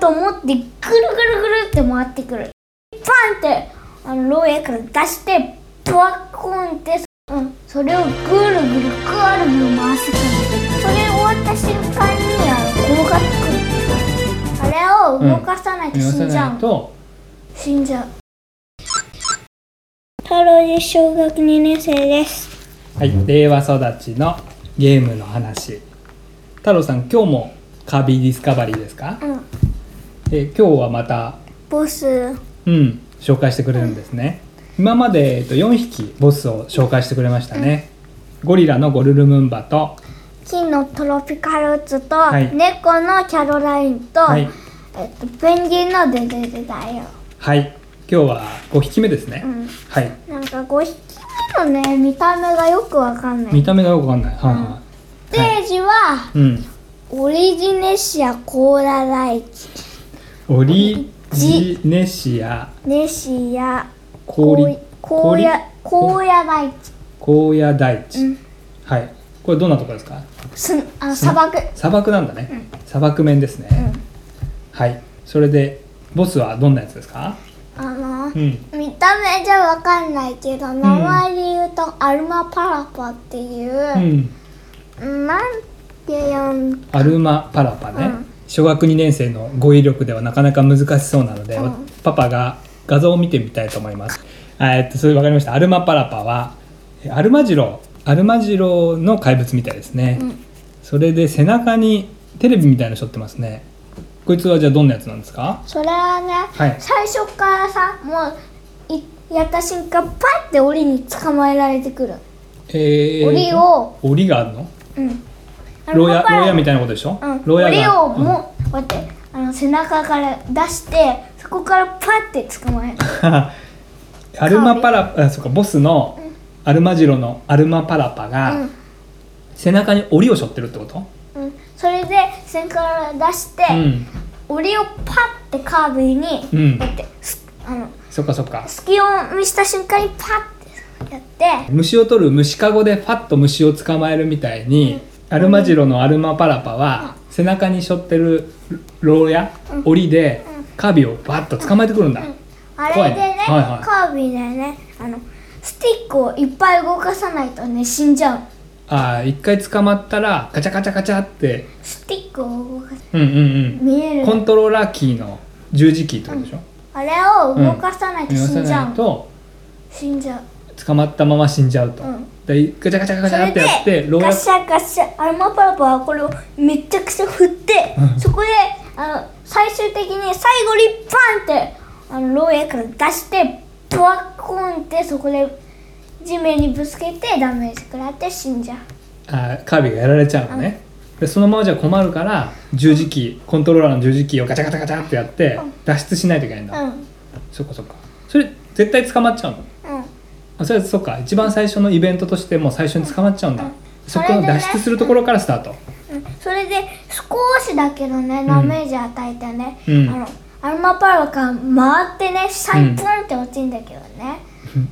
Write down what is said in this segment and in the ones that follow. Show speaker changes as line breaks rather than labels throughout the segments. と思ってぐるぐるぐるって回ってくるパンってあの牢屋から出してバコンって、うん、それをぐるぐるぐるぐる回してくるそれ終わった瞬間にあの転がってくるあれを動かさないと
見
死
逃さ
んじゃう
ないと
死んじゃう太郎で小学2年生です
はい、令和育ちのゲームの話太郎さん今日もカービィディスカバリーですか
うん
え今日はまた
ボス
うん紹介してくれるんですね今まで、えっと、4匹ボスを紹介してくれましたねゴリラのゴルルムンバと
金のトロピカルーツと、
はい
猫のキャロラインと、
はい
えっと、ペンギンのデデデだよ、
はい今日は5匹目ですね、
うん、
はい
なんか5匹目のね見た目がよくわかんない
見た目がよくわかんないはいは
ステージは、
いうん
オリジネシアコーラライチ
オリジネシア
ネシア
氷
コーヤコーヤライチ
高野大地、
うん
はいこれどんなところですか
すあの砂漠
砂漠なんだね、砂漠面ですね、はいそれでボスはどんなやつですか
あの
うん
見た目じゃわかんないけど名前で言うと、アルマパラパっていうう、
ん
なんて呼ん
アルマパラパね、
うん
小学2年生の語彙力ではなかなか難しそうなので、
うん
パパが画像を見てみたいと思いますあえっとそれわかりましたアルマパラパはえアルマジロアルマジロの怪物みたいですね、
うん
それで背中にテレビみたいなの背負ってますねこいつはじゃあどんなやつなんですか
それはね、
はい
最初からさもういやった瞬間パッて檻に捕まえられてくる、
えー、
檻を
檻があるの
うん
牢屋
パラ
牢屋みたいなことでしょ、
うん、
牢屋
檻
が
をもう、こうやってあの背中から出してそこからパッて捕まえる
うん アルマパラあそうかボスのアルマジロのアルマパラパ
う
が
ん
背中に檻を背負ってるってこと、
うん、それで背中から出して、
うん
檻をパッてカーブにこ
う
うんやってすあの
そっかそっか
隙を見した瞬間にパッてやって
虫を取る虫かごでファッと虫を捕まえるみたいに、アルマジロのアルマパラパは背中に背負ってる牢屋、檻でカビをバッと捕まえてくるんだ、
あれでね、
怖いはいはい
カーブでねあのスティックをいっぱい動かさないとね死んじゃう
ああ一回捕まったらカチャカチャカチャって
スティックを動かさ
うんうんうん
見え
コ
る
ントローラーキーの十字キーってことでしょ、
あれを動かさないと
見
死
逃さ
んじゃ
ないうと
死んじゃう
捕まったまま死んじゃうと、
うん
でガチャガチャガチ
そ
ャ
れ
って
で
やって牢
ガ
屋
シャガシャアルマパラパはこれをめちゃくちゃ振って
うん
そこであの最終的に最後にパンってあの牢屋から出してバコンってそこで地面にぶつけてダメージ食らって死んじゃう
あーカービィがやられちゃうのね、でそのままじゃ困るから十字キーコントローラーの十字キーをガチャガチャガチャってやって脱出しないといけないんだ、
うん
そっかそっかそれ絶対捕まっちゃうの
うん
あそれそっか一番最初のイベントとしてもう最初に捕まっちゃうんだ、そこから脱出するところからスタート、
うんそれで少しだけどねダメージ与えてね、
うん
あのアルマパラカ回ってね下にプンって落ちんだけどね、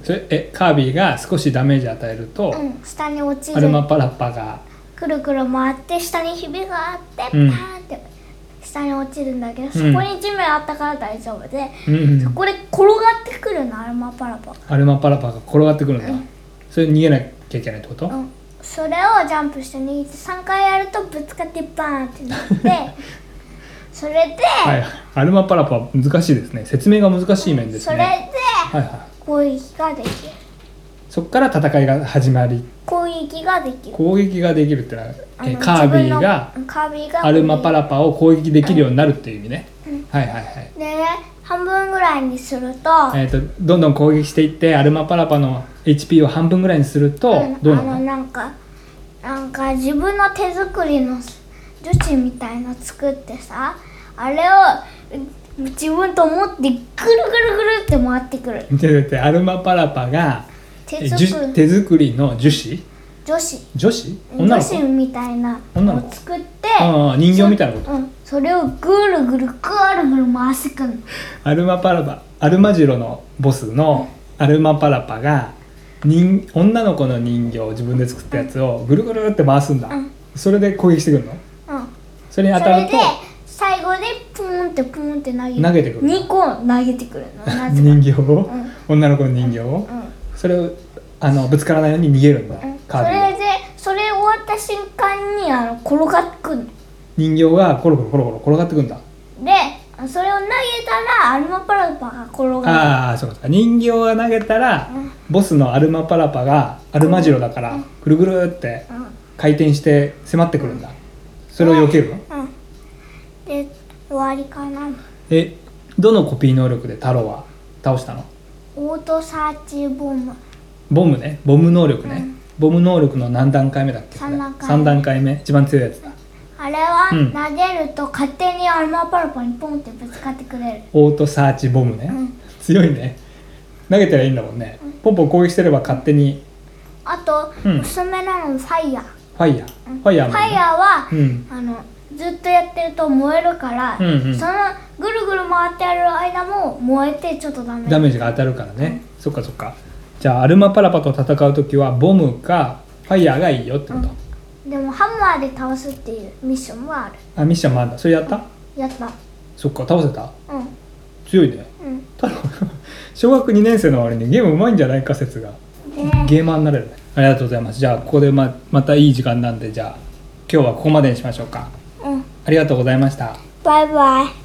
それえカービィが少しダメージ与えると、
うん下に落ち
ア
る
ルマパラッパが
くるくる回って下にひびがあってパ
うん
ーンって下に落ちるんだけど、そ
うん
こに地面あったから大丈夫で、
うんうん
そこで転がってくるのアルマパラパ
アルマパラパが転がってくるんだ、それ逃げなきゃいけないってこと、
うんそれをジャンプして逃げて3回やるとぶつかってバーンってなって それで、
はいアルマパラパは難しいですね説明が難しい面です
それで
ねはいはい
攻撃ができる
そこから戦いが始まり
攻撃ができる
攻撃ができるってのは
あ
え
の
カービィが
自分のカービィが
アルマパラパを攻撃できるようになるっていう意味ね、はいはいはい
でね半分ぐらいにすると
えー、とどんどん攻撃していってアルマパラパの HP を半分ぐらいにすると
うん
どう
あ
な
の
の、
なんかなんか自分の手作りの女子みたいの作ってさあれをう自分と思ってぐるぐるぐるって回ってくる
でで アルマパラパが
手
え樹
作り
手作りの樹脂
女子
女子女
女
の
子
子
みたいな
女の
の
子
を作って
ああ人形みたいなこと
うん、それをぐるぐるぐるぐる回してくる
アルマパラパアルマジロのボスのアルマパラパが人女の子の人形を自分で作ったやつをぐるぐるって回すんだ、
うん
それで攻撃してくるの
うん
それに当
そ
た
れ
る
で
と
さ最後でプーンってプーンって投げ
投げてくる
2個投げてくる のなぜか
人形を、女の子の人形を、
うん
それをあのぶつからないように逃げるんだ、
うん
カー
そ
ビィが
れでそれ終わった瞬間にあの転がってくる
人形がコロコロコロコロ転がってくんだ
でそれを投げたらアルマパラパが転がる
ああそうかそうか人形が投げたら、ボスのアルマパラパがアルマジロだから、ぐるぐるって
うん
回転して迫ってくるんだそれを避けるの、
うんで終わりかな
えどのコピー能力で太郎は倒したの
オートサーチボム
ボムねボム能力ね、ボム能力の何段階目だっけ
三段階目
3段階目一番強いやつだ
あれは
うん
投げると勝手にアルマパラパにポンってぶつかってくれる
オートサーチボムね、
ん
強いね投げたらいいんだもんね、ポンポン攻撃してれば勝手に
あと、
うん
おすすめなのファイヤー
ファイヤー、ファイヤー
フ
も
ァ
ね
イヤーは、
うん
あのずっとやってると燃えるから、
うんうん
そのぐるぐる回ってる間も燃えてちょっとダメ
ダメージが当たるからね、そっかそっかじゃあアルマパラパと戦う時はボムかファイヤーがいいよってこと、
でもハンマーで倒すっていうミッションはある
あミッションもあんだそれやった
やった
そっか倒せた
うん
強いね
うん
太郎 小学2年生の割にゲームうまいんじゃないか説が
で
ゲーマーになれるねありがとうございますじゃあここでままたいい時間なんでじゃあ今日はここまでにしましょうか
うん
ありがとうございました
バイバイ